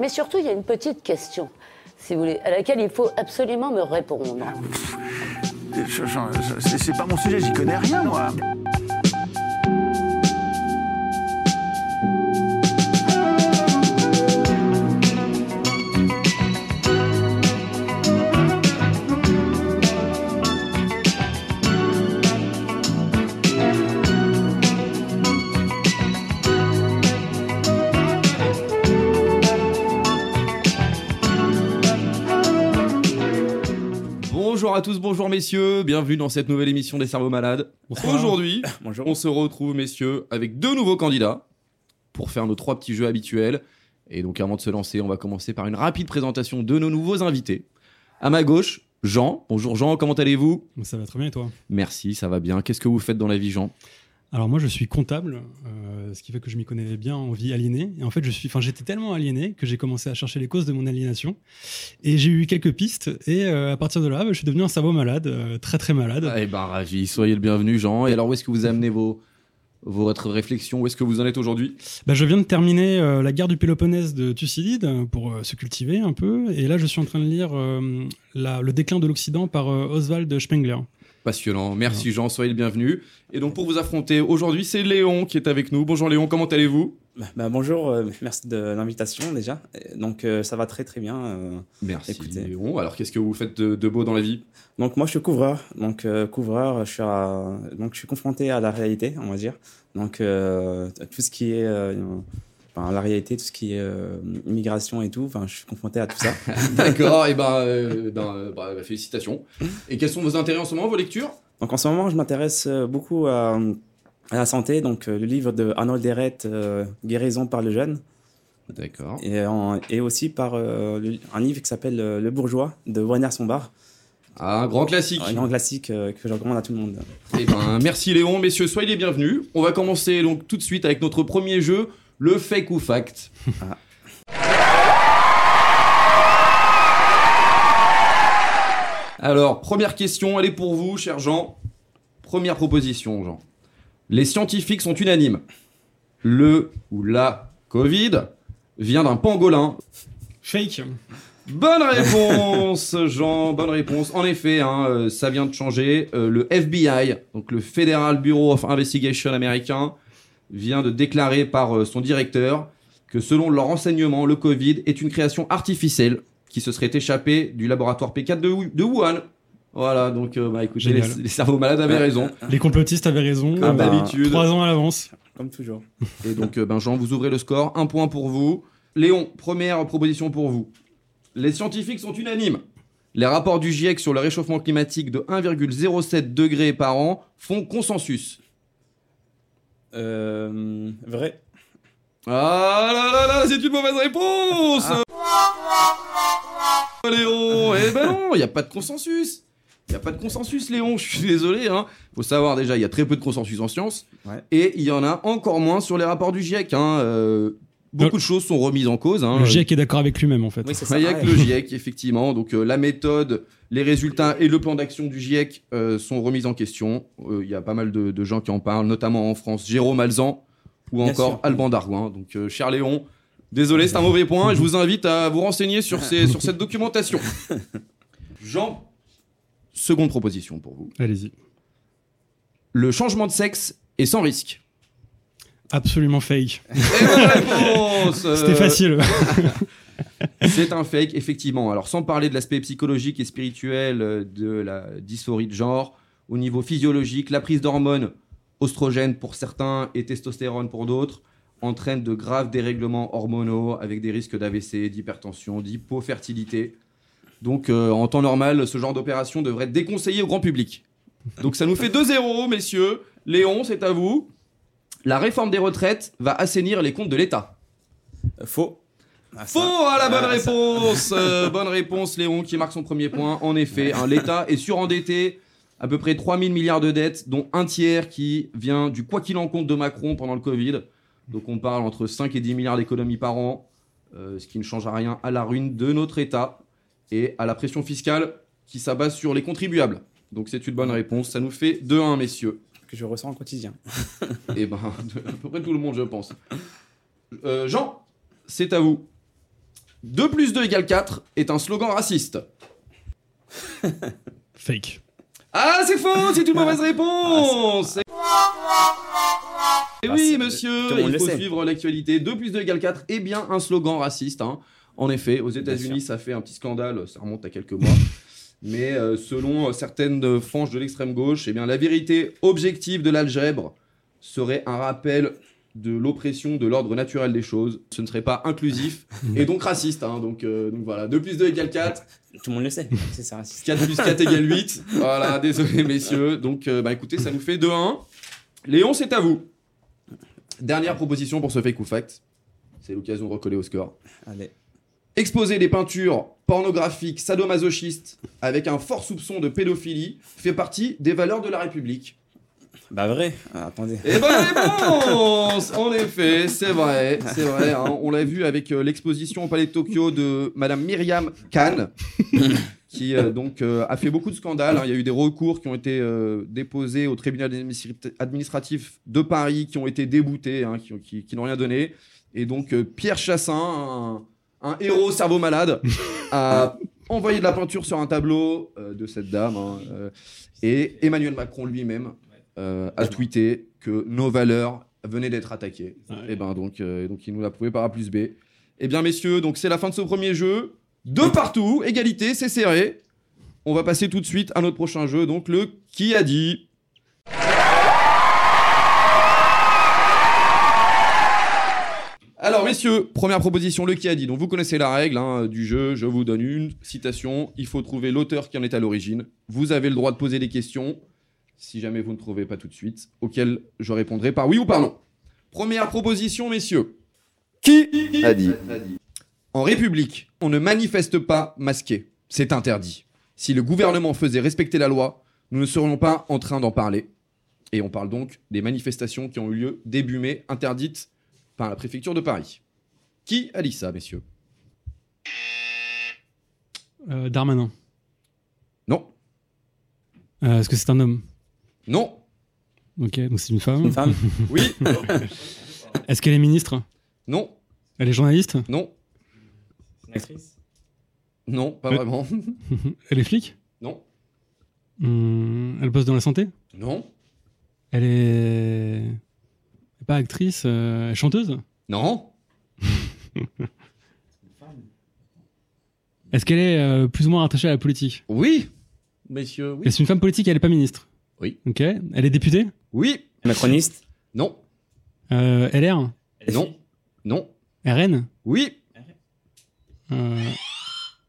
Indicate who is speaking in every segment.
Speaker 1: Mais surtout, il y a une petite question, si vous voulez, à laquelle il faut absolument me répondre.
Speaker 2: Je- je- je- C'est c'est pas mon sujet, j'y connais rien, moi.
Speaker 3: Bonjour à tous, bonjour messieurs, bienvenue dans cette nouvelle émission des cerveaux malades. Aujourd'hui, on se retrouve messieurs avec deux nouveaux candidats pour faire nos trois petits jeux habituels. Et donc avant de se lancer, on va commencer par une rapide présentation de nos nouveaux invités. À ma gauche, Jean. Bonjour Jean, comment allez-vous
Speaker 4: Ça va très bien et toi
Speaker 3: Merci, ça va bien. Qu'est-ce que vous faites dans la vie Jean
Speaker 4: Alors moi je suis comptable, euh, ce qui fait que je m'y connais bien en vie aliénée. Et en fait je suis, enfin j'étais tellement aliéné que j'ai commencé à chercher les causes de mon aliénation. Et j'ai eu quelques pistes et euh, à partir de là bah, je suis devenu un cerveau malade, euh, très très malade.
Speaker 3: Eh ben ravi, soyez le bienvenu Jean. Et alors où est-ce que vous amenez vos votre réflexion, où est-ce que vous en êtes aujourd'hui
Speaker 4: Bah, je viens de terminer euh, la guerre du Péloponnèse de Thucydide euh, pour euh, se cultiver un peu. Et là je suis en train de lire euh, la- Le déclin de l'Occident par euh, Oswald Spengler.
Speaker 3: Passionnant, merci Jean, soyez le bienvenu. Et donc pour vous affronter aujourd'hui, c'est Léon qui est avec nous. Bonjour Léon, comment allez-vous
Speaker 5: Bah, bah, bonjour, euh, merci de l'invitation déjà. Et Donc euh, ça va très très bien. euh.
Speaker 3: Merci
Speaker 5: Écoutez.
Speaker 3: Léon. Alors qu'est-ce que vous faites de, de beau dans la vie
Speaker 5: Donc moi je suis couvreur, donc euh, couvreur, je suis à- donc je suis confronté à la réalité, on va dire. Donc euh, tout ce qui est euh, enfin, la réalité, tout ce qui est euh, immigration et tout, enfin je suis confronté à tout ça.
Speaker 3: D'accord, et ben, euh, ben, euh, bah, bah, félicitations. Et quels sont vos intérêts en ce moment, vos lectures
Speaker 5: Donc en ce moment je m'intéresse euh, beaucoup à, à la santé, donc euh, le livre de Arnold Deret, euh, Guérison par le jeune,
Speaker 3: D'accord.
Speaker 5: et, en- et aussi par euh, le- un livre qui s'appelle euh, Le bourgeois de Werner Sombart,
Speaker 3: Ah, grand classique.
Speaker 5: un grand classique euh, que je recommande à tout le monde.
Speaker 3: Eh ben, merci Léon, messieurs, soyez les bienvenus. On va commencer donc tout de suite avec notre premier jeu, le fake ou fact.
Speaker 5: Ah.
Speaker 3: Alors, première question, elle est pour vous, cher Jean. Première proposition, Jean. Les scientifiques sont unanimes. Le ou la Covid vient d'un pangolin.
Speaker 4: Fake.
Speaker 3: Bonne réponse, Jean. Bonne réponse. En effet, hein, euh, ça vient de changer. Euh, le FBI, donc le Federal Bureau of Investigation américain, vient de déclarer par euh, son directeur que selon leurs renseignements, le Covid est une création artificielle qui se serait échappée du laboratoire P4 de, Wu- de Wuhan. Voilà, donc euh, bah, écoutez, les,
Speaker 4: Génial.
Speaker 3: les cerveaux malades avaient raison,
Speaker 4: Les complotistes avaient raison.
Speaker 3: Ah, comme
Speaker 5: Ah
Speaker 4: euh,
Speaker 5: bah,
Speaker 3: d'habitude.
Speaker 4: Trois ans à l'avance.
Speaker 5: Comme toujours.
Speaker 3: Et donc, euh, ben, Jean, vous ouvrez le score. Un point pour vous. Léon, première proposition pour vous. Les scientifiques sont unanimes. Les rapports du GIEC sur le réchauffement climatique de 1,07 degré par an font consensus.
Speaker 5: Euh, vrai.
Speaker 3: Ah là là là, c'est une mauvaise réponse Léon, eh ben non, il n'y a pas de consensus. Il n'y a pas de consensus, Léon, je suis désolé. Hein. faut savoir déjà, il y a très peu de consensus en sciences.
Speaker 5: Ouais.
Speaker 3: Et il y en a encore moins sur les rapports du GIEC. hein. Euh, beaucoup de choses sont remises en cause. hein.
Speaker 4: Le E GIEC est d'accord avec lui-même en fait.
Speaker 5: Ah, Oui, c'est ça.
Speaker 3: Il y a
Speaker 5: ouais.
Speaker 3: que le GIEC, effectivement. Donc euh, la méthode, les résultats et le plan d'action du GIEC euh, sont remis en question. Euh, Il y a pas mal de, de gens qui en parlent, notamment en France, Jérôme Alzan ou
Speaker 5: Bien
Speaker 3: encore
Speaker 5: sûr.
Speaker 3: Alban Darwin. Donc euh, cher Léon, désolé, c'est un mauvais point. et Je vous invite à vous renseigner sur, ces, sur cette documentation. Jean, seconde proposition pour vous.
Speaker 4: Allez-y.
Speaker 3: Le changement de sexe est sans risque.
Speaker 4: Absolument fake.
Speaker 3: Et bonne réponse euh,
Speaker 4: C'était facile.
Speaker 3: C'est un fake, effectivement. Alors, sans parler de l'aspect psychologique et spirituel euh, de la dysphorie de genre, au niveau physiologique, la prise d'hormones, oestrogènes pour certains et testostérone pour d'autres, entraîne de graves dérèglements hormonaux avec des risques d'AVC, d'hypertension, d'hypofertilité. Donc, euh, en temps normal, ce genre d'opération devrait être déconseillé au grand public. Donc, ça nous fait 2-0, messieurs. Léon, c'est à vous. La réforme des retraites va assainir les comptes de l'État.
Speaker 5: Euh, Faux. Ah, ça.
Speaker 3: Faux à la bonne
Speaker 5: Ah, ça.
Speaker 3: réponse Euh, Bonne réponse, Léon, qui marque son premier point. En effet, hein, l'État est surendetté, à peu près 3000 milliards de dettes, dont un tiers qui vient du quoi qu'il en compte de Macron pendant le Covid. Donc on parle entre 5 et 10 milliards d'économies par an, euh, ce qui ne change rien à la ruine de notre État et à la pression fiscale qui s'abat sur les contribuables. Donc c'est une bonne réponse, ça nous fait 2-1, messieurs.
Speaker 5: Que je ressens au quotidien.
Speaker 3: Et ben, de- à peu près tout le monde, je pense. Euh, Jean, c'est à vous. 2 plus 2 égale 4 est un slogan raciste.
Speaker 4: Fake.
Speaker 3: Ah, c'est faux, c'est une mauvaise réponse. Eh
Speaker 5: Ah,
Speaker 3: oui,
Speaker 5: c'est- tout
Speaker 3: monsieur,
Speaker 5: le monde
Speaker 3: il
Speaker 5: le
Speaker 3: faut
Speaker 5: sait.
Speaker 3: suivre l'actualité. 2 plus 2 égale 4 est bien un slogan raciste. hein. En effet, aux États-Unis, ça fait un petit scandale, ça remonte à quelques mois. Mais euh, selon euh, certaines euh, franges de l'extrême gauche, eh bien, la vérité objective de l'algèbre serait un rappel de l'oppression de l'ordre naturel des choses. Ce ne serait pas inclusif et donc raciste. hein. Donc, euh, donc voilà, 2 plus 2 égale 4.
Speaker 5: Tout le monde le sait. C'est ça, raciste.
Speaker 3: 4 plus 4 égale 8. Voilà, désolé messieurs. Donc euh, bah écoutez, ça nous fait 2-1. Léon, c'est à vous. Dernière proposition pour ce fake ou fact. C'est l'occasion de recoller au score.
Speaker 5: Allez.
Speaker 3: Exposer des peintures pornographiques sadomasochistes avec un fort soupçon de pédophilie fait partie des valeurs de la République.
Speaker 5: Bah, vrai. Ah, attendez.
Speaker 3: Et bonne réponse En effet, c'est vrai, c'est vrai. hein. On l'a vu avec euh, l'exposition au Palais de Tokyo de Madame Myriam Khan, qui euh, donc euh, a fait beaucoup de scandales. hein. Il y a eu des recours qui ont été euh, déposés au tribunal administri- administratif de Paris, qui ont été déboutés, hein, qui, qui- qui n'ont rien donné. Et donc euh, Pierre Chassin, un, un héros cerveau malade, a envoyé de la peinture sur un tableau euh, de cette dame. hein, euh, et Emmanuel Macron lui-même euh, a tweeté que nos valeurs venaient d'être attaquées.
Speaker 4: Ouais.
Speaker 3: Et ben donc, euh, donc il nous l'a prouvé par A plus B. Eh bien messieurs, donc c'est la fin de ce premier jeu. Deux partout, égalité, c'est serré. On va passer tout de suite à notre prochain jeu, donc le qui a dit. Alors messieurs, première proposition, le qui a dit. Donc vous connaissez la règle hein, du jeu, je vous donne une citation, il faut trouver l'auteur qui en est à l'origine. Vous avez le droit de poser des questions, si jamais vous ne trouvez pas tout de suite, auquel je répondrai par oui ou par non. Première proposition, messieurs. Qui
Speaker 6: a dit
Speaker 3: En République, on ne manifeste pas masqué. C'est interdit. Si le gouvernement faisait respecter la loi, nous ne serions pas en train d'en parler. Et on parle donc des manifestations qui ont eu lieu début mai, interdites par la préfecture de Paris. Qui a dit ça, messieurs
Speaker 4: Euh, Darmanin.
Speaker 3: Non.
Speaker 4: Euh, Est-ce que c'est un homme
Speaker 3: Non.
Speaker 4: Ok, donc c'est une
Speaker 3: Mmh.
Speaker 4: femme.
Speaker 5: Une femme
Speaker 3: Oui.
Speaker 4: Est-ce qu'elle est ministre
Speaker 3: non.
Speaker 4: Elle est journaliste
Speaker 3: Non.
Speaker 5: Une actrice
Speaker 3: Non. Pas
Speaker 4: Euh.
Speaker 3: vraiment.
Speaker 4: Elle est flic
Speaker 3: Non.
Speaker 4: Hum, Elle bosse dans la santé
Speaker 3: Non.
Speaker 4: Elle est... elle est pas actrice, euh, elle est chanteuse
Speaker 3: Non.
Speaker 4: Est-ce qu'elle est euh, plus ou moins rattachée à la politique
Speaker 3: Oui. Messieurs, oui.
Speaker 4: C'est une femme politique, elle n'est pas ministre
Speaker 3: Oui.
Speaker 4: Ok. Elle est députée
Speaker 3: Oui.
Speaker 5: Macroniste
Speaker 3: Non.
Speaker 4: Euh, LR
Speaker 3: Non. Non.
Speaker 4: RN
Speaker 3: Oui.
Speaker 4: Euh,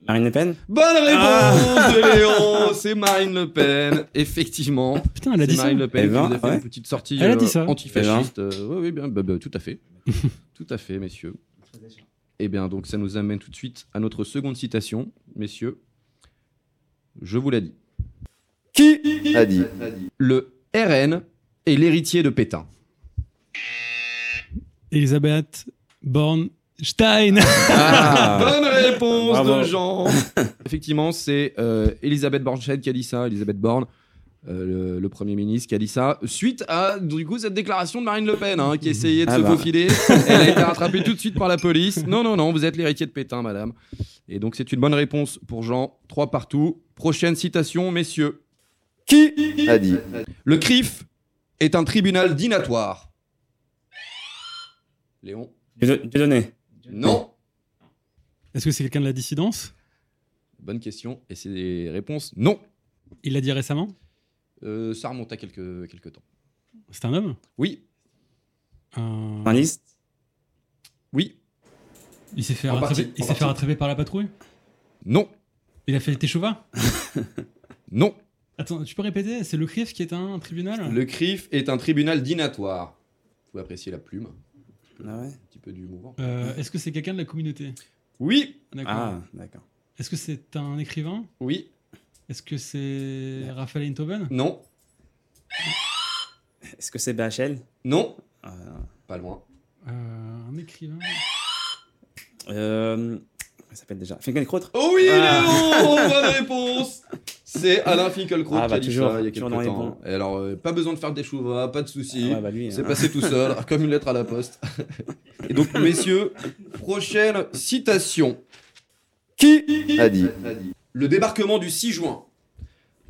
Speaker 5: Marine Le Pen
Speaker 3: Bonne réponse
Speaker 4: Ah.
Speaker 3: de Léon, c'est Marine Le Pen, effectivement.
Speaker 4: Putain, elle a
Speaker 3: C'est
Speaker 4: dit ça
Speaker 3: Marine Le Pen
Speaker 5: Eh
Speaker 3: qui
Speaker 5: ben,
Speaker 3: nous a fait
Speaker 5: ouais.
Speaker 3: une petite sortie
Speaker 4: Elle a dit
Speaker 3: euh,
Speaker 4: ça.
Speaker 3: antifasciste. euh, oui, oui, bien, bah, bah, tout à fait. tout à fait, messieurs. Eh bien, donc ça nous amène tout de suite à notre seconde citation, messieurs. Je vous l'ai dit. Qui
Speaker 6: a dit
Speaker 3: Le RN est l'héritier de Pétain.
Speaker 4: Elisabeth Born Stein
Speaker 5: Ah
Speaker 3: Bonne réponse
Speaker 5: Bravo.
Speaker 3: de Jean. Effectivement, c'est euh, Elisabeth Borne qui a dit ça, Elisabeth Borne, euh, le, le Premier ministre qui a dit ça, suite à du coup cette déclaration de Marine Le Pen hein, qui essayait de
Speaker 5: Ah
Speaker 3: se
Speaker 5: bah.
Speaker 3: faufiler. Elle a été rattrapée tout de suite par la police. Non, non, non, vous êtes l'héritier de Pétain, madame. Et donc c'est une bonne réponse pour Jean. Trois partout. Prochaine citation, messieurs. Qui
Speaker 6: a dit
Speaker 3: Le CRIF est un tribunal dînatoire. Léon
Speaker 5: Dieudonné.
Speaker 3: Mmh. Non.
Speaker 4: Est-ce que c'est quelqu'un de la dissidence
Speaker 3: Bonne question. Et c'est des réponses non.
Speaker 4: Il l'a dit récemment
Speaker 3: Euh, ça remonte à quelques, quelques temps.
Speaker 4: C'est un homme
Speaker 3: Oui,
Speaker 4: Euh,
Speaker 5: Journaliste
Speaker 3: oui,
Speaker 4: Il s'est fait,
Speaker 3: En partie,
Speaker 4: rattraper- il
Speaker 3: en
Speaker 4: s'est fait
Speaker 3: partie.
Speaker 4: rattraper par la patrouille
Speaker 3: non,
Speaker 4: Il a fait Teshuva
Speaker 3: non.
Speaker 4: Attends, tu peux répéter C'est le CRIF qui est un tribunal
Speaker 3: Le CRIF est un tribunal dînatoire. Vous appréciez la plume,
Speaker 5: Ah ouais
Speaker 3: un petit peu du mouvement.
Speaker 4: Euh, Est-ce que c'est quelqu'un de la communauté
Speaker 3: Oui,
Speaker 4: D'accord.
Speaker 5: Ah, d'accord.
Speaker 4: Est-ce que c'est un écrivain
Speaker 3: oui,
Speaker 4: Est-ce que c'est Raphaël Eindhoven
Speaker 3: non,
Speaker 5: Est-ce que c'est BHL
Speaker 3: non,
Speaker 5: Euh,
Speaker 3: pas loin.
Speaker 4: Euh, Un écrivain
Speaker 5: euh, il s'appelle déjà Finkielkraut
Speaker 3: Oh oui,
Speaker 5: Ah.
Speaker 3: Léon Bonne réponse C'est Alain Finkielkraut
Speaker 5: Ah,
Speaker 3: qui
Speaker 5: bah,
Speaker 3: a dit
Speaker 5: toujours,
Speaker 3: ça il y a
Speaker 5: toujours
Speaker 3: quelques
Speaker 5: dans les
Speaker 3: temps. Et alors, euh, pas besoin de faire des chouvas, pas de soucis.
Speaker 5: Ouais, bah lui,
Speaker 3: C'est
Speaker 5: hein.
Speaker 3: passé tout seul, comme une lettre à la poste. Et donc, messieurs, prochaine citation. Qui
Speaker 6: a dit
Speaker 3: Le débarquement du 6 juin,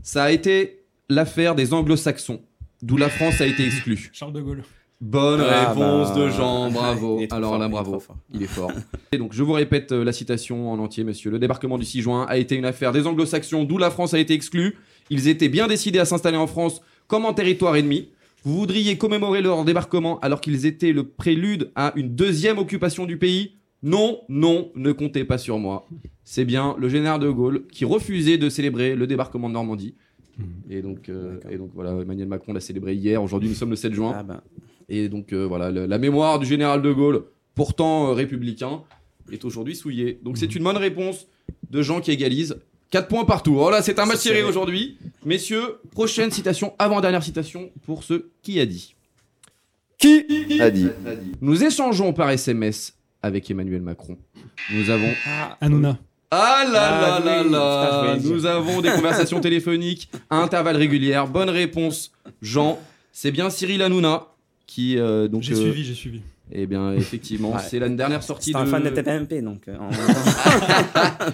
Speaker 3: ça a été l'affaire des anglo-saxons, d'où la France a été exclue.
Speaker 4: Charles de Gaulle.
Speaker 3: Bonne
Speaker 5: Ah,
Speaker 3: réponse
Speaker 5: bah.
Speaker 3: de Jean, bravo.
Speaker 5: Il est trop
Speaker 3: Alors
Speaker 5: fort,
Speaker 3: là,
Speaker 5: il est
Speaker 3: bravo.
Speaker 5: trop fort.
Speaker 3: Il est fort. Et donc, je vous répète euh, la citation en entier, monsieur. Le débarquement du 6 juin a été une affaire des anglo-saxons, d'où la France a été exclue. Ils étaient bien décidés à s'installer en France comme en territoire ennemi. Vous voudriez commémorer leur débarquement alors qu'ils étaient le prélude à une deuxième occupation du pays Non, non, ne comptez pas sur moi. C'est bien le général de Gaulle qui refusait de célébrer le débarquement de Normandie.
Speaker 4: Mhm.
Speaker 3: Et donc, euh,
Speaker 5: D'accord.
Speaker 3: et donc voilà, Emmanuel Macron l'a célébré hier. Aujourd'hui, nous sommes le 7 juin.
Speaker 5: Ah, bah.
Speaker 3: Et donc euh, voilà, le- la mémoire du général de Gaulle, pourtant euh, républicain, est aujourd'hui souillée. Donc c'est une bonne réponse de Jean qui égalise. 4 points partout. Oh là, c'est un match
Speaker 5: C'est
Speaker 3: serré
Speaker 5: serré.
Speaker 3: aujourd'hui. Messieurs, prochaine citation, avant-dernière citation pour ce qui a dit. Qui
Speaker 6: a dit
Speaker 3: Nous échangeons par SMS avec Emmanuel Macron. Nous avons
Speaker 5: Ah,
Speaker 4: Hanouna.
Speaker 3: ah là
Speaker 5: Ah
Speaker 3: là
Speaker 5: oui, putain,
Speaker 3: là
Speaker 5: je
Speaker 3: là
Speaker 5: voulais le dire.
Speaker 3: Nous avons des conversations téléphoniques à intervalles réguliers. Bonne réponse, Jean. C'est bien Cyril Hanouna qui euh, donc
Speaker 4: J'ai
Speaker 3: euh,
Speaker 4: suivi, j'ai suivi.
Speaker 3: eh bien, effectivement,
Speaker 5: Ouais.
Speaker 3: c'est la dernière sortie
Speaker 5: C'est
Speaker 3: de...
Speaker 5: un fan de TPMP, donc. euh, en même temps.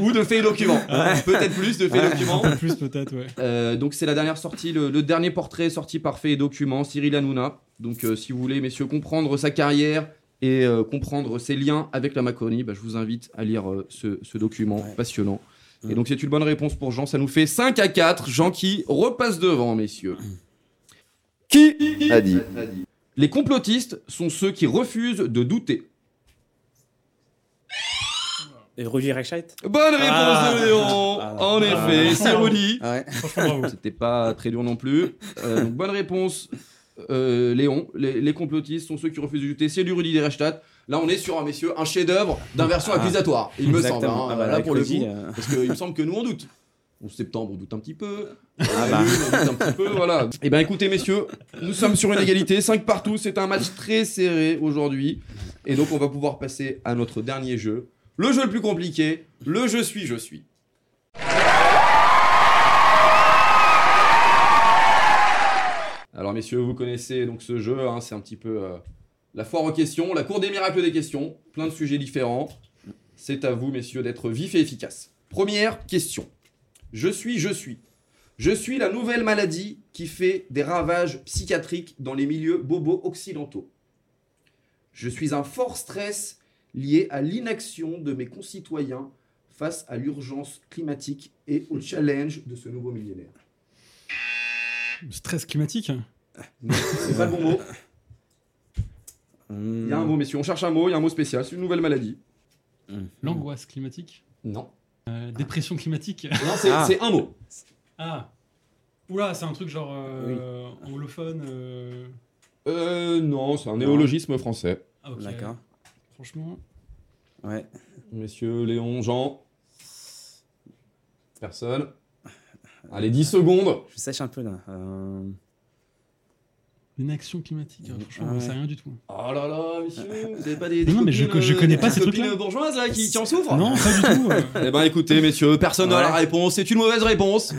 Speaker 3: ou de faits documents. Peut-être plus de faits documents.
Speaker 4: En Ah, plus, peut-être, ouais.
Speaker 3: Euh, donc, c'est la dernière sortie, le, le dernier portrait sorti par faits et documents, Cyril Hanouna. Donc, euh, si vous voulez, messieurs, comprendre sa carrière et euh, comprendre ses liens avec la Macronie, bah, je vous invite à lire euh, ce, ce document
Speaker 5: Ouais.
Speaker 3: passionnant. Et
Speaker 5: Mm.
Speaker 3: donc, c'est une bonne réponse pour Jean. Ça nous fait 5 à 4. Jean qui repasse devant, messieurs. Qui
Speaker 6: a dit
Speaker 3: Les complotistes sont ceux qui refusent de douter.
Speaker 5: Et Roger Reichheit
Speaker 3: Bonne réponse
Speaker 5: Ah.
Speaker 3: de Léon
Speaker 5: Ah.
Speaker 3: En effet,
Speaker 4: Ah.
Speaker 3: c'est Rudy.
Speaker 5: Ouais.
Speaker 4: Franchement, bravo.
Speaker 3: C'était pas très dur non plus. Euh, donc, bonne réponse, euh, Léon. Les, les complotistes sont ceux qui refusent de douter. C'est du Rudy Derechstadt. Là, on est sur, un, messieurs, un chef-d'œuvre d'inversion
Speaker 5: Ah.
Speaker 3: accusatoire. Il me semble.
Speaker 5: Exactement.
Speaker 3: hein.
Speaker 5: Ah, bah,
Speaker 3: là,
Speaker 5: avec
Speaker 3: pour le
Speaker 5: Rudy,
Speaker 3: coup.
Speaker 5: euh,
Speaker 3: Parce qu'il me semble que nous, on doute. En septembre, on doute un petit peu.
Speaker 5: Ah,
Speaker 3: La
Speaker 5: bah.
Speaker 3: Lune, on doute un petit peu, voilà. Eh bien, écoutez, messieurs, nous sommes sur une égalité. 5 partout. C'est un match très serré aujourd'hui. Et donc, on va pouvoir passer à notre dernier jeu. Le jeu le plus compliqué. Le je suis, je suis. Alors messieurs, vous connaissez donc ce jeu, hein, c'est un petit peu euh, la foire aux questions, la cour des miracles des questions, plein de sujets différents. C'est à vous messieurs d'être vifs et efficaces. Première question. Je suis, je suis. Je suis la nouvelle maladie qui fait des ravages psychiatriques dans les milieux bobos occidentaux. Je suis un fort stress lié à l'inaction de mes concitoyens face à l'urgence climatique et au challenge de ce nouveau millénaire.
Speaker 4: Stress climatique.
Speaker 3: C'est pas le bon mot. Il
Speaker 5: hmm,
Speaker 3: y a un mot, messieurs. On cherche un mot, il y a un mot spécial. C'est une nouvelle maladie.
Speaker 4: L'angoisse climatique.
Speaker 3: Non.
Speaker 4: Euh, dépression climatique.
Speaker 3: Non, c'est
Speaker 5: Ah.
Speaker 3: c'est un mot.
Speaker 4: Ah. Oula, c'est un truc genre euh, anglophone. euh,
Speaker 3: Euh, non, c'est un néologisme français.
Speaker 4: Ah, ok.
Speaker 5: D'accord.
Speaker 4: Franchement,
Speaker 5: Ouais.
Speaker 3: Messieurs, Léon, Jean. Personne. Allez, 10 secondes.
Speaker 5: Je sèche un peu là. Euh,
Speaker 4: l'inaction climatique. hein,
Speaker 5: Ouais.
Speaker 4: franchement, c'est rien du tout.
Speaker 3: Oh là là, messieurs, vous avez pas des. des
Speaker 4: Non, mais je-
Speaker 3: copines,
Speaker 4: je
Speaker 3: euh,
Speaker 4: connais pas
Speaker 3: des
Speaker 4: ces
Speaker 3: copines
Speaker 4: trucs-là.
Speaker 3: bourgeoises là, qui, qui en souffrent
Speaker 4: Oh, Non, pas du tout. euh.
Speaker 3: Eh ben écoutez, messieurs, personne n'a
Speaker 5: Ouais.
Speaker 3: la réponse, c'est une mauvaise réponse.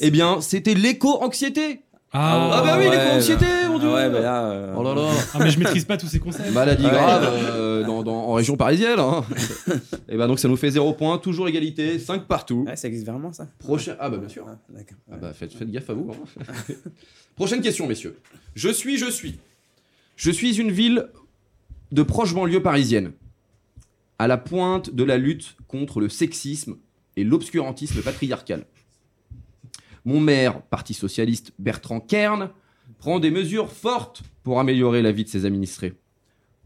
Speaker 3: eh bien, c'était l'éco-anxiété.
Speaker 5: Ah
Speaker 3: Ah, bah oui,
Speaker 5: ouais,
Speaker 3: l'éco-anxiété, mon dieu.
Speaker 5: Ah ouais, bah là. euh,
Speaker 3: Oh là là.
Speaker 4: Ah, mais je maîtrise pas tous ces concepts.
Speaker 3: Maladie
Speaker 5: Ouais.
Speaker 3: grave euh, dans, dans- en région parisienne. hein. et ben donc ça nous fait 0 points, toujours égalité, 5 partout.
Speaker 5: Ouais, ça existe vraiment ça
Speaker 3: Prochain. Ah bah bien sûr.
Speaker 5: Ah, D'accord.
Speaker 3: Ah bah faites, faites gaffe à vous. hein. Prochaine question, messieurs. Je suis, je suis. Je suis une ville de proche banlieue parisienne, à la pointe de la lutte contre le sexisme et l'obscurantisme patriarcal. Mon maire, parti socialiste Bertrand Kern, prend des mesures fortes pour améliorer la vie de ses administrés.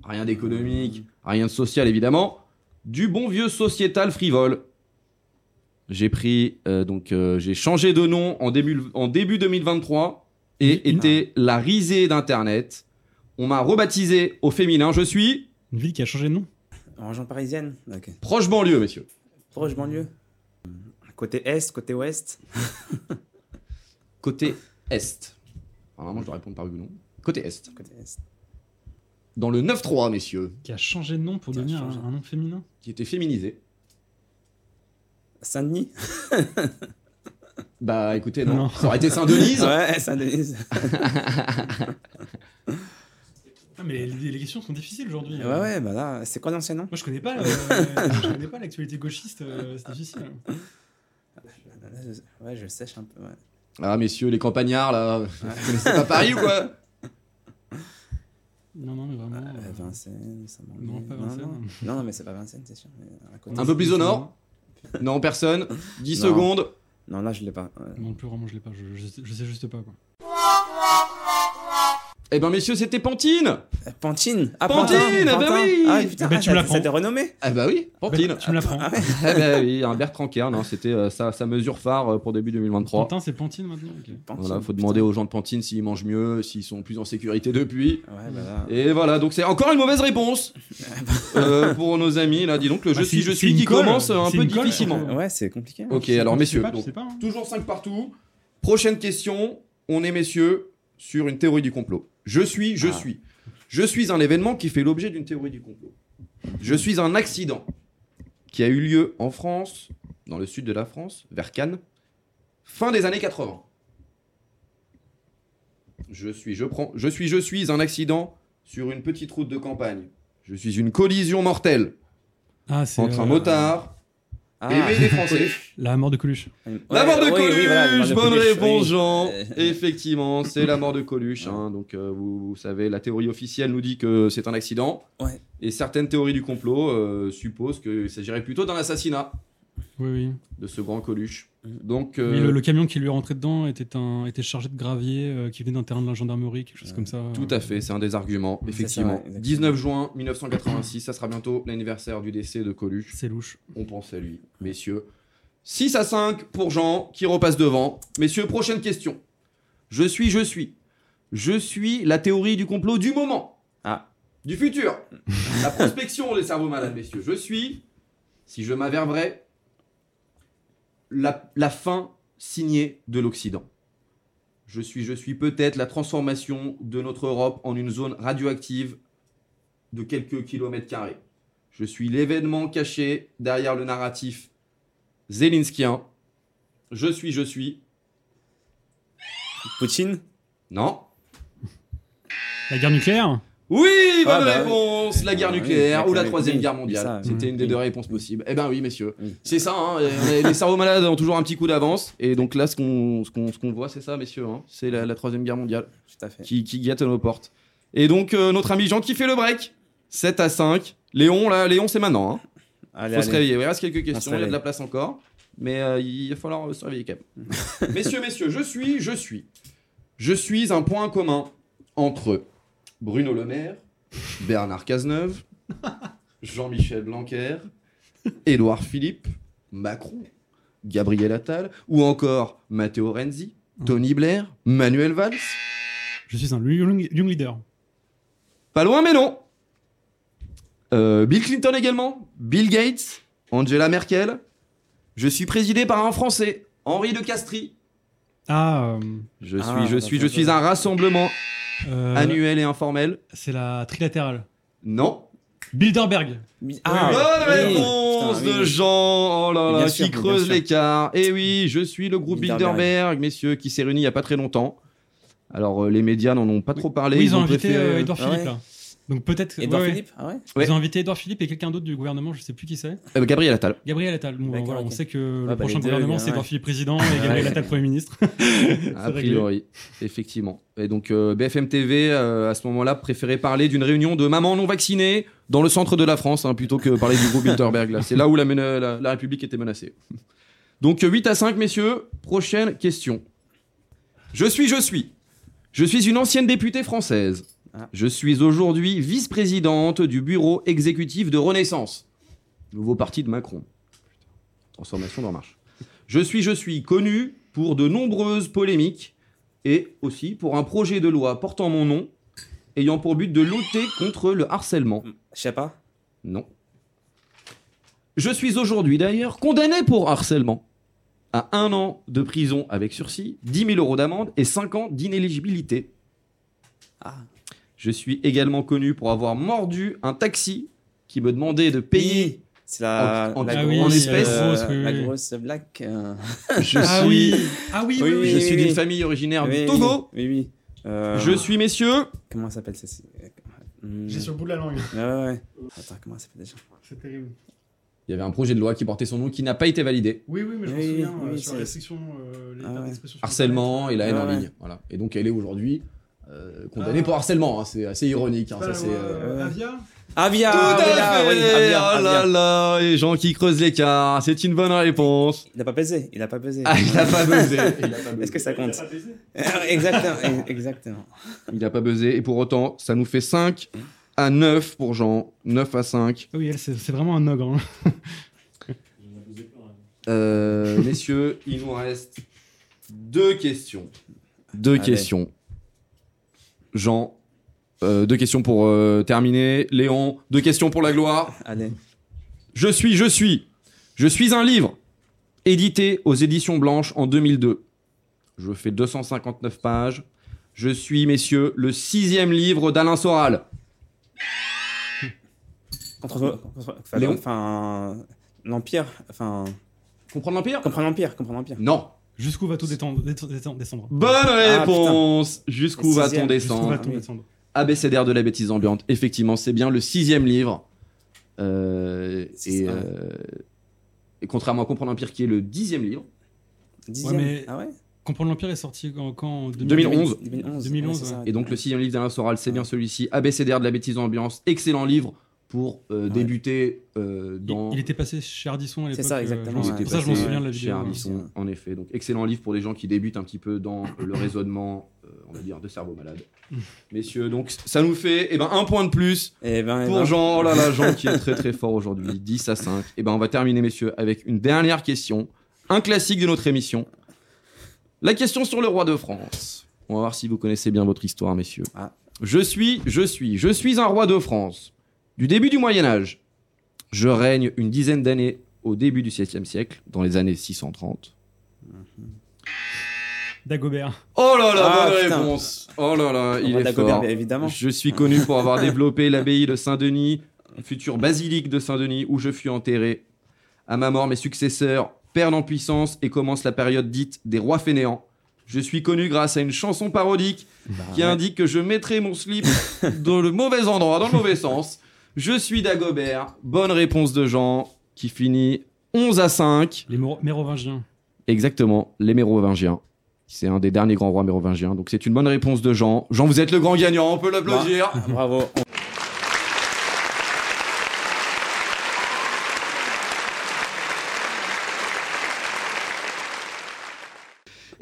Speaker 3: Rien d'économique, rien de social évidemment, du bon vieux sociétal frivole. J'ai pris euh, donc euh, j'ai changé de nom en début en début 2023 et
Speaker 4: Une-
Speaker 3: était la risée d'internet. On m'a rebaptisé au féminin, je suis
Speaker 4: Une ville qui a changé de nom.
Speaker 5: Euh, En région parisienne Ok.
Speaker 3: proche banlieue messieurs.
Speaker 5: Proche banlieue Hmm, Côté est, côté ouest
Speaker 3: Côté est. Normalement, je dois répondre par oui ou non. Côté est.
Speaker 5: Côté est.
Speaker 3: dans le 9-3, messieurs,
Speaker 4: Qui a changé de nom pour
Speaker 5: Qui a
Speaker 4: devenir
Speaker 5: changé.
Speaker 4: un, un nom féminin.
Speaker 3: qui était féminisé.
Speaker 5: Saint-Denis
Speaker 3: Bah écoutez, non.
Speaker 4: Non.
Speaker 3: Ça aurait été Saint-Denise.
Speaker 5: Ouais, Saint-Denis.
Speaker 4: Ah, mais les, les questions sont difficiles aujourd'hui.
Speaker 5: ouais,
Speaker 4: Euh,
Speaker 5: ouais, bah là, c'est quoi l'ancien nom
Speaker 4: Moi, je connais pas, euh, je connais pas l'actualité gauchiste, euh, c'est difficile.
Speaker 5: Là, je- Ouais, je sèche un peu. ouais.
Speaker 3: Ah messieurs, les campagnards là, vous connaissez pas Paris ou quoi
Speaker 4: Non, non, mais vraiment.
Speaker 3: Ah.
Speaker 5: Euh,
Speaker 4: euh,
Speaker 5: Vincennes, ça m'ennuie.
Speaker 4: non, pas Vincennes.
Speaker 5: Non, non. Non, mais c'est pas Vincennes, c'est sûr. mais à côté.
Speaker 3: Un peu plus au nord Non, personne. 10
Speaker 5: Non.
Speaker 3: secondes.
Speaker 5: Non, là, je l'ai pas. Euh, Ouais.
Speaker 4: Non, plus vraiment, je l'ai pas. Je, je sais- je sais juste pas quoi.
Speaker 3: Eh ben messieurs, c'était Pantine
Speaker 5: Euh, Pantine Ah,
Speaker 3: Pantine, ah bah oui
Speaker 5: Ah, putain,
Speaker 4: Ah bah,
Speaker 5: ah,
Speaker 4: tu
Speaker 5: ça-
Speaker 4: me l'apprends.
Speaker 5: ça t'est renommé
Speaker 3: Ah bah oui, Pantine.
Speaker 4: Bah, tu me l'apprends.
Speaker 3: Ah bah oui, Herbert Tranquer, non, c'était euh, sa, sa mesure phare euh, pour début 2023.
Speaker 4: Pantin, c'est Pantine maintenant. ok.
Speaker 5: Pantine,
Speaker 3: Voilà, faut
Speaker 5: putain.
Speaker 3: demander aux gens de Pantine s'ils mangent mieux, s'ils sont plus en sécurité depuis.
Speaker 5: Ouais, bah là.
Speaker 3: Et voilà, donc c'est encore une mauvaise réponse euh, pour nos amis. Là, dis donc, le
Speaker 4: Bah,
Speaker 3: je
Speaker 4: c'est-
Speaker 3: suis, je
Speaker 4: c'est
Speaker 3: suis
Speaker 4: une
Speaker 3: qui
Speaker 4: colle.
Speaker 3: commence euh, un
Speaker 4: C'est
Speaker 3: peu
Speaker 4: une colle.
Speaker 3: difficilement.
Speaker 5: Ouais, c'est compliqué. hein.
Speaker 3: Ok,
Speaker 4: C'est-
Speaker 3: alors
Speaker 4: tu sais
Speaker 3: messieurs,
Speaker 4: pas, tu
Speaker 3: donc,
Speaker 4: sais pas, hein.
Speaker 3: toujours 5 partout. Prochaine question, on est messieurs sur une théorie du complot. Je suis, je
Speaker 5: Ah.
Speaker 3: suis. Je suis un événement qui fait l'objet d'une théorie du complot. Je suis un accident qui a eu lieu en France, dans le sud de la France, vers Cannes, fin des années 80. Je suis, je prends, je suis, je suis un accident sur une petite route de campagne. Je suis une collision mortelle
Speaker 4: Ah, c'est.
Speaker 3: entre un
Speaker 4: euh,
Speaker 3: motard
Speaker 5: Ah.
Speaker 3: et des Français.
Speaker 4: La mort de Coluche.
Speaker 3: La
Speaker 5: Ouais,
Speaker 3: mort de
Speaker 5: oui,
Speaker 3: Coluche,
Speaker 5: oui, voilà, la mort de
Speaker 3: bonne
Speaker 5: Coluche,
Speaker 3: réponse
Speaker 5: oui.
Speaker 3: Jean.
Speaker 5: Euh.
Speaker 3: Effectivement, c'est la mort de Coluche. hein. Donc euh, vous, vous savez, la théorie officielle nous dit que c'est un accident.
Speaker 5: Ouais.
Speaker 3: Et certaines théories du complot euh, supposent qu'il s'agirait plutôt d'un assassinat
Speaker 4: Oui, oui.
Speaker 3: de ce grand Coluche.
Speaker 5: Mhm.
Speaker 3: Donc euh,
Speaker 4: Mais le, le camion qui lui est rentré dedans était, un, était chargé de gravier euh, qui venait d'un terrain de la gendarmerie, quelque chose comme ça.
Speaker 3: Euh, tout à fait, c'est un des arguments.
Speaker 5: c'est ça,
Speaker 3: Effectivement.
Speaker 5: ouais, exactement.
Speaker 3: 19 juin 1986, ça sera bientôt l'anniversaire du décès de Coluche.
Speaker 4: C'est louche.
Speaker 3: On pense à lui, messieurs. 6 à 5 pour Jean qui repasse devant. Messieurs, prochaine question. Je suis, je suis. Je suis la théorie du complot du moment.
Speaker 5: Ah.
Speaker 3: Du futur. la prospection des cerveaux malades, messieurs. Je suis, si je m'averberais, la, la fin signée de l'Occident. Je suis, je suis peut-être la transformation de notre Europe en une zone radioactive de quelques kilomètres carrés. Je suis l'événement caché derrière le narratif Zelinskien. Je suis, je suis.
Speaker 5: Poutine
Speaker 3: Non.
Speaker 4: La guerre nucléaire
Speaker 3: Oui,
Speaker 5: Ah
Speaker 3: bonne
Speaker 5: bah oui.
Speaker 3: réponse La guerre
Speaker 5: Ah oui,
Speaker 3: nucléaire ou la
Speaker 5: oui,
Speaker 3: troisième
Speaker 5: oui,
Speaker 3: guerre
Speaker 5: oui,
Speaker 3: mondiale.
Speaker 5: ça,
Speaker 3: C'était
Speaker 4: oui,
Speaker 3: une des
Speaker 5: oui.
Speaker 3: deux réponses possibles. Eh ben oui, messieurs.
Speaker 5: Oui.
Speaker 3: C'est ça, hein, les, les cerveaux malades ont toujours un petit coup d'avance. Et donc là, ce qu'on ce qu'on- ce qu'on voit, c'est ça, messieurs. hein. C'est la, la troisième guerre mondiale
Speaker 5: Tout à fait.
Speaker 3: qui, qui guette à nos portes. Et donc, euh, notre ami Jean qui fait le break. 7 à 5. Léon, là, Léon, c'est maintenant. hein.
Speaker 5: Allez,
Speaker 3: Faut se
Speaker 5: allez.
Speaker 3: réveiller. Il reste quelques
Speaker 5: se
Speaker 3: questions, il y a de
Speaker 5: réveille.
Speaker 3: la place encore. Mais euh, il va falloir euh, se réveiller quand même. messieurs, messieurs, je suis, je suis. Je suis un point commun entre Bruno Le Maire, Bernard Cazeneuve, Jean-Michel Blanquer, Édouard Philippe, Macron, Gabriel Attal, ou encore Matteo Renzi,
Speaker 5: Mm.
Speaker 3: Tony Blair, Manuel Valls.
Speaker 4: Je suis un young, young leader.
Speaker 3: Pas loin, mais non. Euh, Bill Clinton également. Bill Gates. Angela Merkel. Je suis présidé par un Français, Henri de Castries.
Speaker 4: Ah, euh,
Speaker 3: Je suis,
Speaker 5: Ah,
Speaker 3: je suis, je
Speaker 5: d'accord.
Speaker 3: suis un rassemblement
Speaker 4: euh,
Speaker 3: annuel et informel.
Speaker 4: c'est la trilatérale.
Speaker 3: Non.
Speaker 4: Bilderberg.
Speaker 5: Ah,
Speaker 3: Bonne
Speaker 5: oui.
Speaker 3: réponse
Speaker 5: Putain, oui,
Speaker 3: de
Speaker 5: oui.
Speaker 3: Jean. Oh là
Speaker 5: Mais
Speaker 3: là,
Speaker 5: bien
Speaker 3: qui
Speaker 5: sûr, mais bien
Speaker 3: creuse
Speaker 5: sûr.
Speaker 3: l'écart. Et oui, je suis le groupe Bilderberg,
Speaker 5: Bilderberg.
Speaker 3: messieurs, qui s'est réuni il y a pas très longtemps. Alors euh, les médias n'en ont pas trop parlé.
Speaker 4: oui, ils ont invité
Speaker 3: préféré-
Speaker 4: euh, Edouard
Speaker 5: Ah
Speaker 4: Philippe
Speaker 5: ouais.
Speaker 4: là. Donc peut-être.
Speaker 5: Edouard
Speaker 4: ouais, ouais.
Speaker 5: Philippe Ah ouais
Speaker 3: Ouais.
Speaker 4: Ils ont invité Edouard Philippe et quelqu'un d'autre du gouvernement, je sais plus qui c'est.
Speaker 3: Euh, Gabriel Attal.
Speaker 4: Gabriel Attal. Bon,
Speaker 5: D'accord,
Speaker 4: voilà, On
Speaker 5: ok.
Speaker 4: sait que
Speaker 5: bah,
Speaker 4: le prochain
Speaker 5: les deux,
Speaker 4: gouvernement,
Speaker 5: ouais,
Speaker 4: c'est
Speaker 5: ouais.
Speaker 4: Edouard Philippe président et Gabriel Attal premier ministre.
Speaker 3: A
Speaker 4: réglé.
Speaker 3: priori, effectivement. Et donc euh, BFM TV, euh, à ce moment-là, préférait parler d'une réunion de mamans non vaccinées dans le centre de la France, hein, plutôt que parler du groupe Bilderberg. là. C'est là où la, mena- la- la République était menacée. Donc euh, 8 à 5, messieurs, prochaine question. Je suis, je suis. Je suis une ancienne députée française.
Speaker 5: Ah.
Speaker 3: Je suis aujourd'hui vice-présidente du bureau exécutif de Renaissance, nouveau parti de Macron. Transformation d'En Marche. Je suis, je suis connu pour de nombreuses polémiques et aussi pour un projet de loi portant mon nom, ayant pour but de lutter contre le harcèlement.
Speaker 5: Je sais pas.
Speaker 3: Non. Je suis aujourd'hui d'ailleurs condamné pour harcèlement à un an de prison avec sursis, 10 000 euros d'amende et 5 ans d'inéligibilité.
Speaker 5: Ah.
Speaker 3: Je suis également connu pour avoir mordu un taxi qui me demandait de payer.
Speaker 5: Pays. C'est la,
Speaker 3: En- en-
Speaker 5: la
Speaker 3: ah
Speaker 5: grosse,
Speaker 3: oui, en espèces.
Speaker 5: euh,
Speaker 4: Grosse, oui,
Speaker 5: la
Speaker 4: oui.
Speaker 5: grosse blague. euh,
Speaker 3: Je
Speaker 4: Ah
Speaker 3: suis,
Speaker 4: oui, ah oui, oui,
Speaker 5: Oui,
Speaker 4: oui.
Speaker 3: je suis
Speaker 5: oui,
Speaker 3: d'une
Speaker 5: oui.
Speaker 3: famille originaire
Speaker 5: oui,
Speaker 3: du Togo.
Speaker 5: Oui, oui. Euh,
Speaker 3: Je suis, messieurs,
Speaker 5: Comment elle s'appelle celle-ci Hmm.
Speaker 6: J'ai sur le bout de la langue.
Speaker 5: Ouais, ouais, ouais. Attends, comment elle s'appelle déjà
Speaker 6: C'est terrible.
Speaker 3: Il y avait un projet de loi qui portait son nom qui n'a pas été validé.
Speaker 6: Oui, oui, mais je me
Speaker 5: Oui,
Speaker 6: souviens
Speaker 5: oui,
Speaker 6: euh,
Speaker 5: oui,
Speaker 6: sur
Speaker 5: c'est-
Speaker 6: la section euh, les
Speaker 5: Ah ouais.
Speaker 6: d'expression sur
Speaker 3: Harcèlement et la haine
Speaker 5: Ouais,
Speaker 3: en
Speaker 5: ouais.
Speaker 3: ligne. Voilà. Et donc elle est aujourd'hui euh, condamnée
Speaker 6: Ah.
Speaker 3: pour harcèlement. hein. C'est assez ironique. hein.
Speaker 6: Internet.
Speaker 3: Ça, c'est, Ah, euh,
Speaker 6: Pas la loi,
Speaker 5: euh,
Speaker 6: Avia
Speaker 5: Avia
Speaker 3: Tout à
Speaker 5: Avia, oui,
Speaker 3: fait
Speaker 5: Avia,
Speaker 3: Oh
Speaker 5: Avia.
Speaker 3: là là, les gens qui creusent l'écart, c'est une bonne réponse.
Speaker 5: Il a pas baisé, il a pas baisé.
Speaker 3: Ah, il a pas buzzé. Il a pas
Speaker 5: Est-ce
Speaker 3: buzzé.
Speaker 5: que ça compte Ah,
Speaker 6: Il a pas baisé.
Speaker 5: Exactement, exactement.
Speaker 3: Il a pas buzzé. Et pour autant, ça nous fait 5 à 9 pour Jean. 9 à 5.
Speaker 4: Ah oui, elle, c'est c'est vraiment un ogre. hein.
Speaker 3: Euh, messieurs, il nous reste deux questions. Deux
Speaker 5: Allez.
Speaker 3: questions. Jean, euh, deux questions pour euh, terminer. Léon, deux questions pour la gloire.
Speaker 5: Allez.
Speaker 3: Je suis, je suis. Je suis un livre édité aux éditions Blanches en 2002. Je fais 259 pages. Je suis, messieurs, le sixième livre d'Alain Soral.
Speaker 5: Contre, contre- enfin,
Speaker 3: Léon
Speaker 5: enfin, l'Empire, enfin,
Speaker 3: Comprendre l'Empire
Speaker 5: comprends l'Empire, comprends l'Empire.
Speaker 3: Non.
Speaker 4: Jusqu'où va tout détendre, détendre- détendre- descendre
Speaker 3: Bonne
Speaker 5: Ah,
Speaker 3: réponse. Jusqu'où
Speaker 5: Le
Speaker 3: va-t-on
Speaker 5: sixième,
Speaker 4: Jusqu'où
Speaker 3: descendre
Speaker 4: va-t-on
Speaker 5: oui.
Speaker 4: descendre
Speaker 3: abécédaire de la bêtise ambiante. Effectivement, c'est bien le sixième livre. Euh,
Speaker 5: C'est
Speaker 3: et,
Speaker 5: ça.
Speaker 3: euh, et contrairement à Comprendre l'Empire, qui est le dixième livre.
Speaker 5: Dixième.
Speaker 4: Ouais, mais-
Speaker 5: Ah ouais
Speaker 4: Comprendre l'Empire est sorti quand, quand en
Speaker 3: 2011.
Speaker 5: 2011.
Speaker 4: 2011,
Speaker 5: ouais, c'est ça.
Speaker 3: Et donc, le sixième livre d'Alain Soral, c'est bien celui-ci. Abécédaire de la bêtise ambiante. Excellent livre pour euh, débuter euh,
Speaker 4: Il-
Speaker 3: dans.
Speaker 4: Il, était passé chez Ardisson à l'époque.
Speaker 5: C'est ça,
Speaker 4: euh,
Speaker 5: exactement,
Speaker 4: je
Speaker 3: Il
Speaker 4: pense.
Speaker 5: ouais.
Speaker 3: était
Speaker 4: Pour ça, je m'en
Speaker 3: passé
Speaker 4: souviens de la
Speaker 3: chez
Speaker 4: vidéo. hein.
Speaker 3: Ardisson, en effet. Donc, excellent livre pour les gens qui débutent un petit peu dans le raisonnement, euh, on va dire, de cerveau malade.
Speaker 4: Mm.
Speaker 3: Messieurs, donc, ça nous fait eh ben, un point de plus
Speaker 5: Eh ben, eh
Speaker 3: Pour
Speaker 5: ben,
Speaker 3: Jean, oh là là, Jean qui est très très fort aujourd'hui, 10 à 5. Et ben on va terminer messieurs avec une dernière question, un classique de notre émission. La question sur le roi de France. On va voir si vous connaissez bien votre histoire messieurs.
Speaker 5: Ah.
Speaker 3: Je suis, je suis, je suis un roi de France. Du début du Moyen Âge, je règne une dizaine d'années au début du 7e siècle, dans les années 630.
Speaker 4: Dagobert.
Speaker 3: Oh là là,
Speaker 5: Ah,
Speaker 3: bonne
Speaker 5: putain.
Speaker 3: réponse. Oh là là,
Speaker 5: on
Speaker 3: il
Speaker 5: va
Speaker 3: est
Speaker 5: Dagobert,
Speaker 3: fort.
Speaker 5: bien évidemment.
Speaker 3: Je suis connu pour avoir développé l'abbaye de Saint-Denis, future basilique de Saint-Denis, où je fus enterré. À ma mort, mes successeurs perdent en puissance et commence la période dite des rois fainéants. Je suis connu grâce à une chanson parodique
Speaker 5: Bah,
Speaker 3: qui
Speaker 5: ouais.
Speaker 3: indique que je mettrai mon slip dans le mauvais endroit, dans le mauvais sens. Je suis Dagobert. Bonne réponse de Jean, qui finit 11 à 5.
Speaker 4: Les Méro- Mérovingiens.
Speaker 3: Exactement, les Mérovingiens. C'est un des derniers grands rois mérovingiens. Donc c'est une bonne réponse de Jean. Jean, vous êtes le grand gagnant, on peut l'applaudir.
Speaker 5: Ah, Bravo.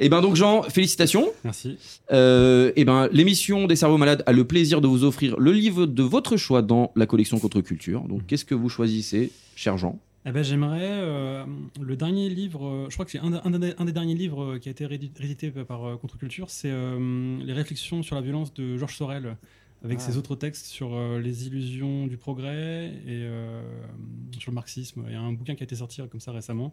Speaker 3: Et ben donc Jean, félicitations.
Speaker 4: Merci.
Speaker 3: Euh, et ben l'émission des cerveaux malades a le plaisir de vous offrir le livre de votre choix dans la collection Contre-Culture. Donc qu'est-ce que vous choisissez, cher Jean
Speaker 4: Eh ben, j'aimerais euh, le dernier livre, euh, je crois que c'est un, de- un de- un des derniers livres euh, qui a été réédi- réédité par euh, Contre-Culture, c'est euh, Les réflexions sur la violence de Georges Sorel, avec
Speaker 5: Ah.
Speaker 4: ses autres textes sur euh, les illusions du progrès et euh, sur le marxisme. Il y a un bouquin qui a été sorti euh, comme ça récemment.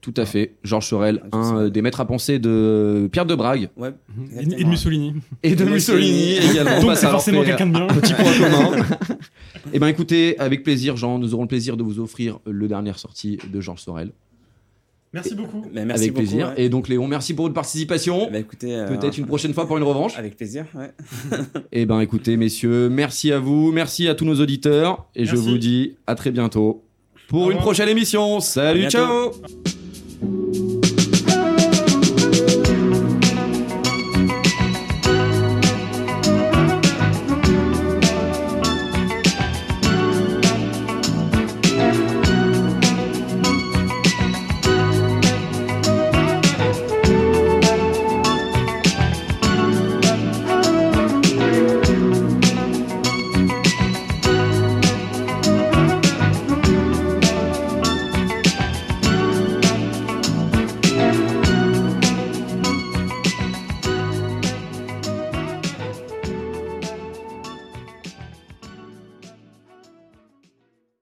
Speaker 3: Tout à fait, Georges Sorel,
Speaker 5: Ah, je
Speaker 3: un
Speaker 5: sais.
Speaker 3: euh, des maîtres à penser de Pierre de Brague
Speaker 5: Ouais.
Speaker 4: Et,
Speaker 5: Exactement.
Speaker 4: et de Mussolini.
Speaker 3: et de Mussolini
Speaker 5: Mussolini.
Speaker 3: également.
Speaker 4: Donc
Speaker 3: Bah, ça
Speaker 4: c'est
Speaker 3: leur
Speaker 4: forcément
Speaker 3: fait
Speaker 4: quelqu'un de bien.
Speaker 3: un petit point commun. Eh ben écoutez, avec plaisir, Jean, nous aurons le plaisir de vous offrir le dernière sortie de Georges Sorel.
Speaker 6: Merci beaucoup.
Speaker 5: Mais merci
Speaker 3: avec
Speaker 5: beaucoup,
Speaker 3: plaisir.
Speaker 5: ouais.
Speaker 3: Et donc Léon, merci pour votre participation.
Speaker 5: Bah, écoutez, euh,
Speaker 3: Peut-être une prochaine fois pour une revanche.
Speaker 5: Avec plaisir, ouais.
Speaker 3: Eh ben écoutez messieurs, merci à vous, merci à tous nos auditeurs et je
Speaker 6: Merci.
Speaker 3: vous dis à très bientôt pour
Speaker 6: Au
Speaker 3: une
Speaker 6: revoir.
Speaker 3: prochaine émission. Salut,
Speaker 5: bientôt.
Speaker 3: ciao.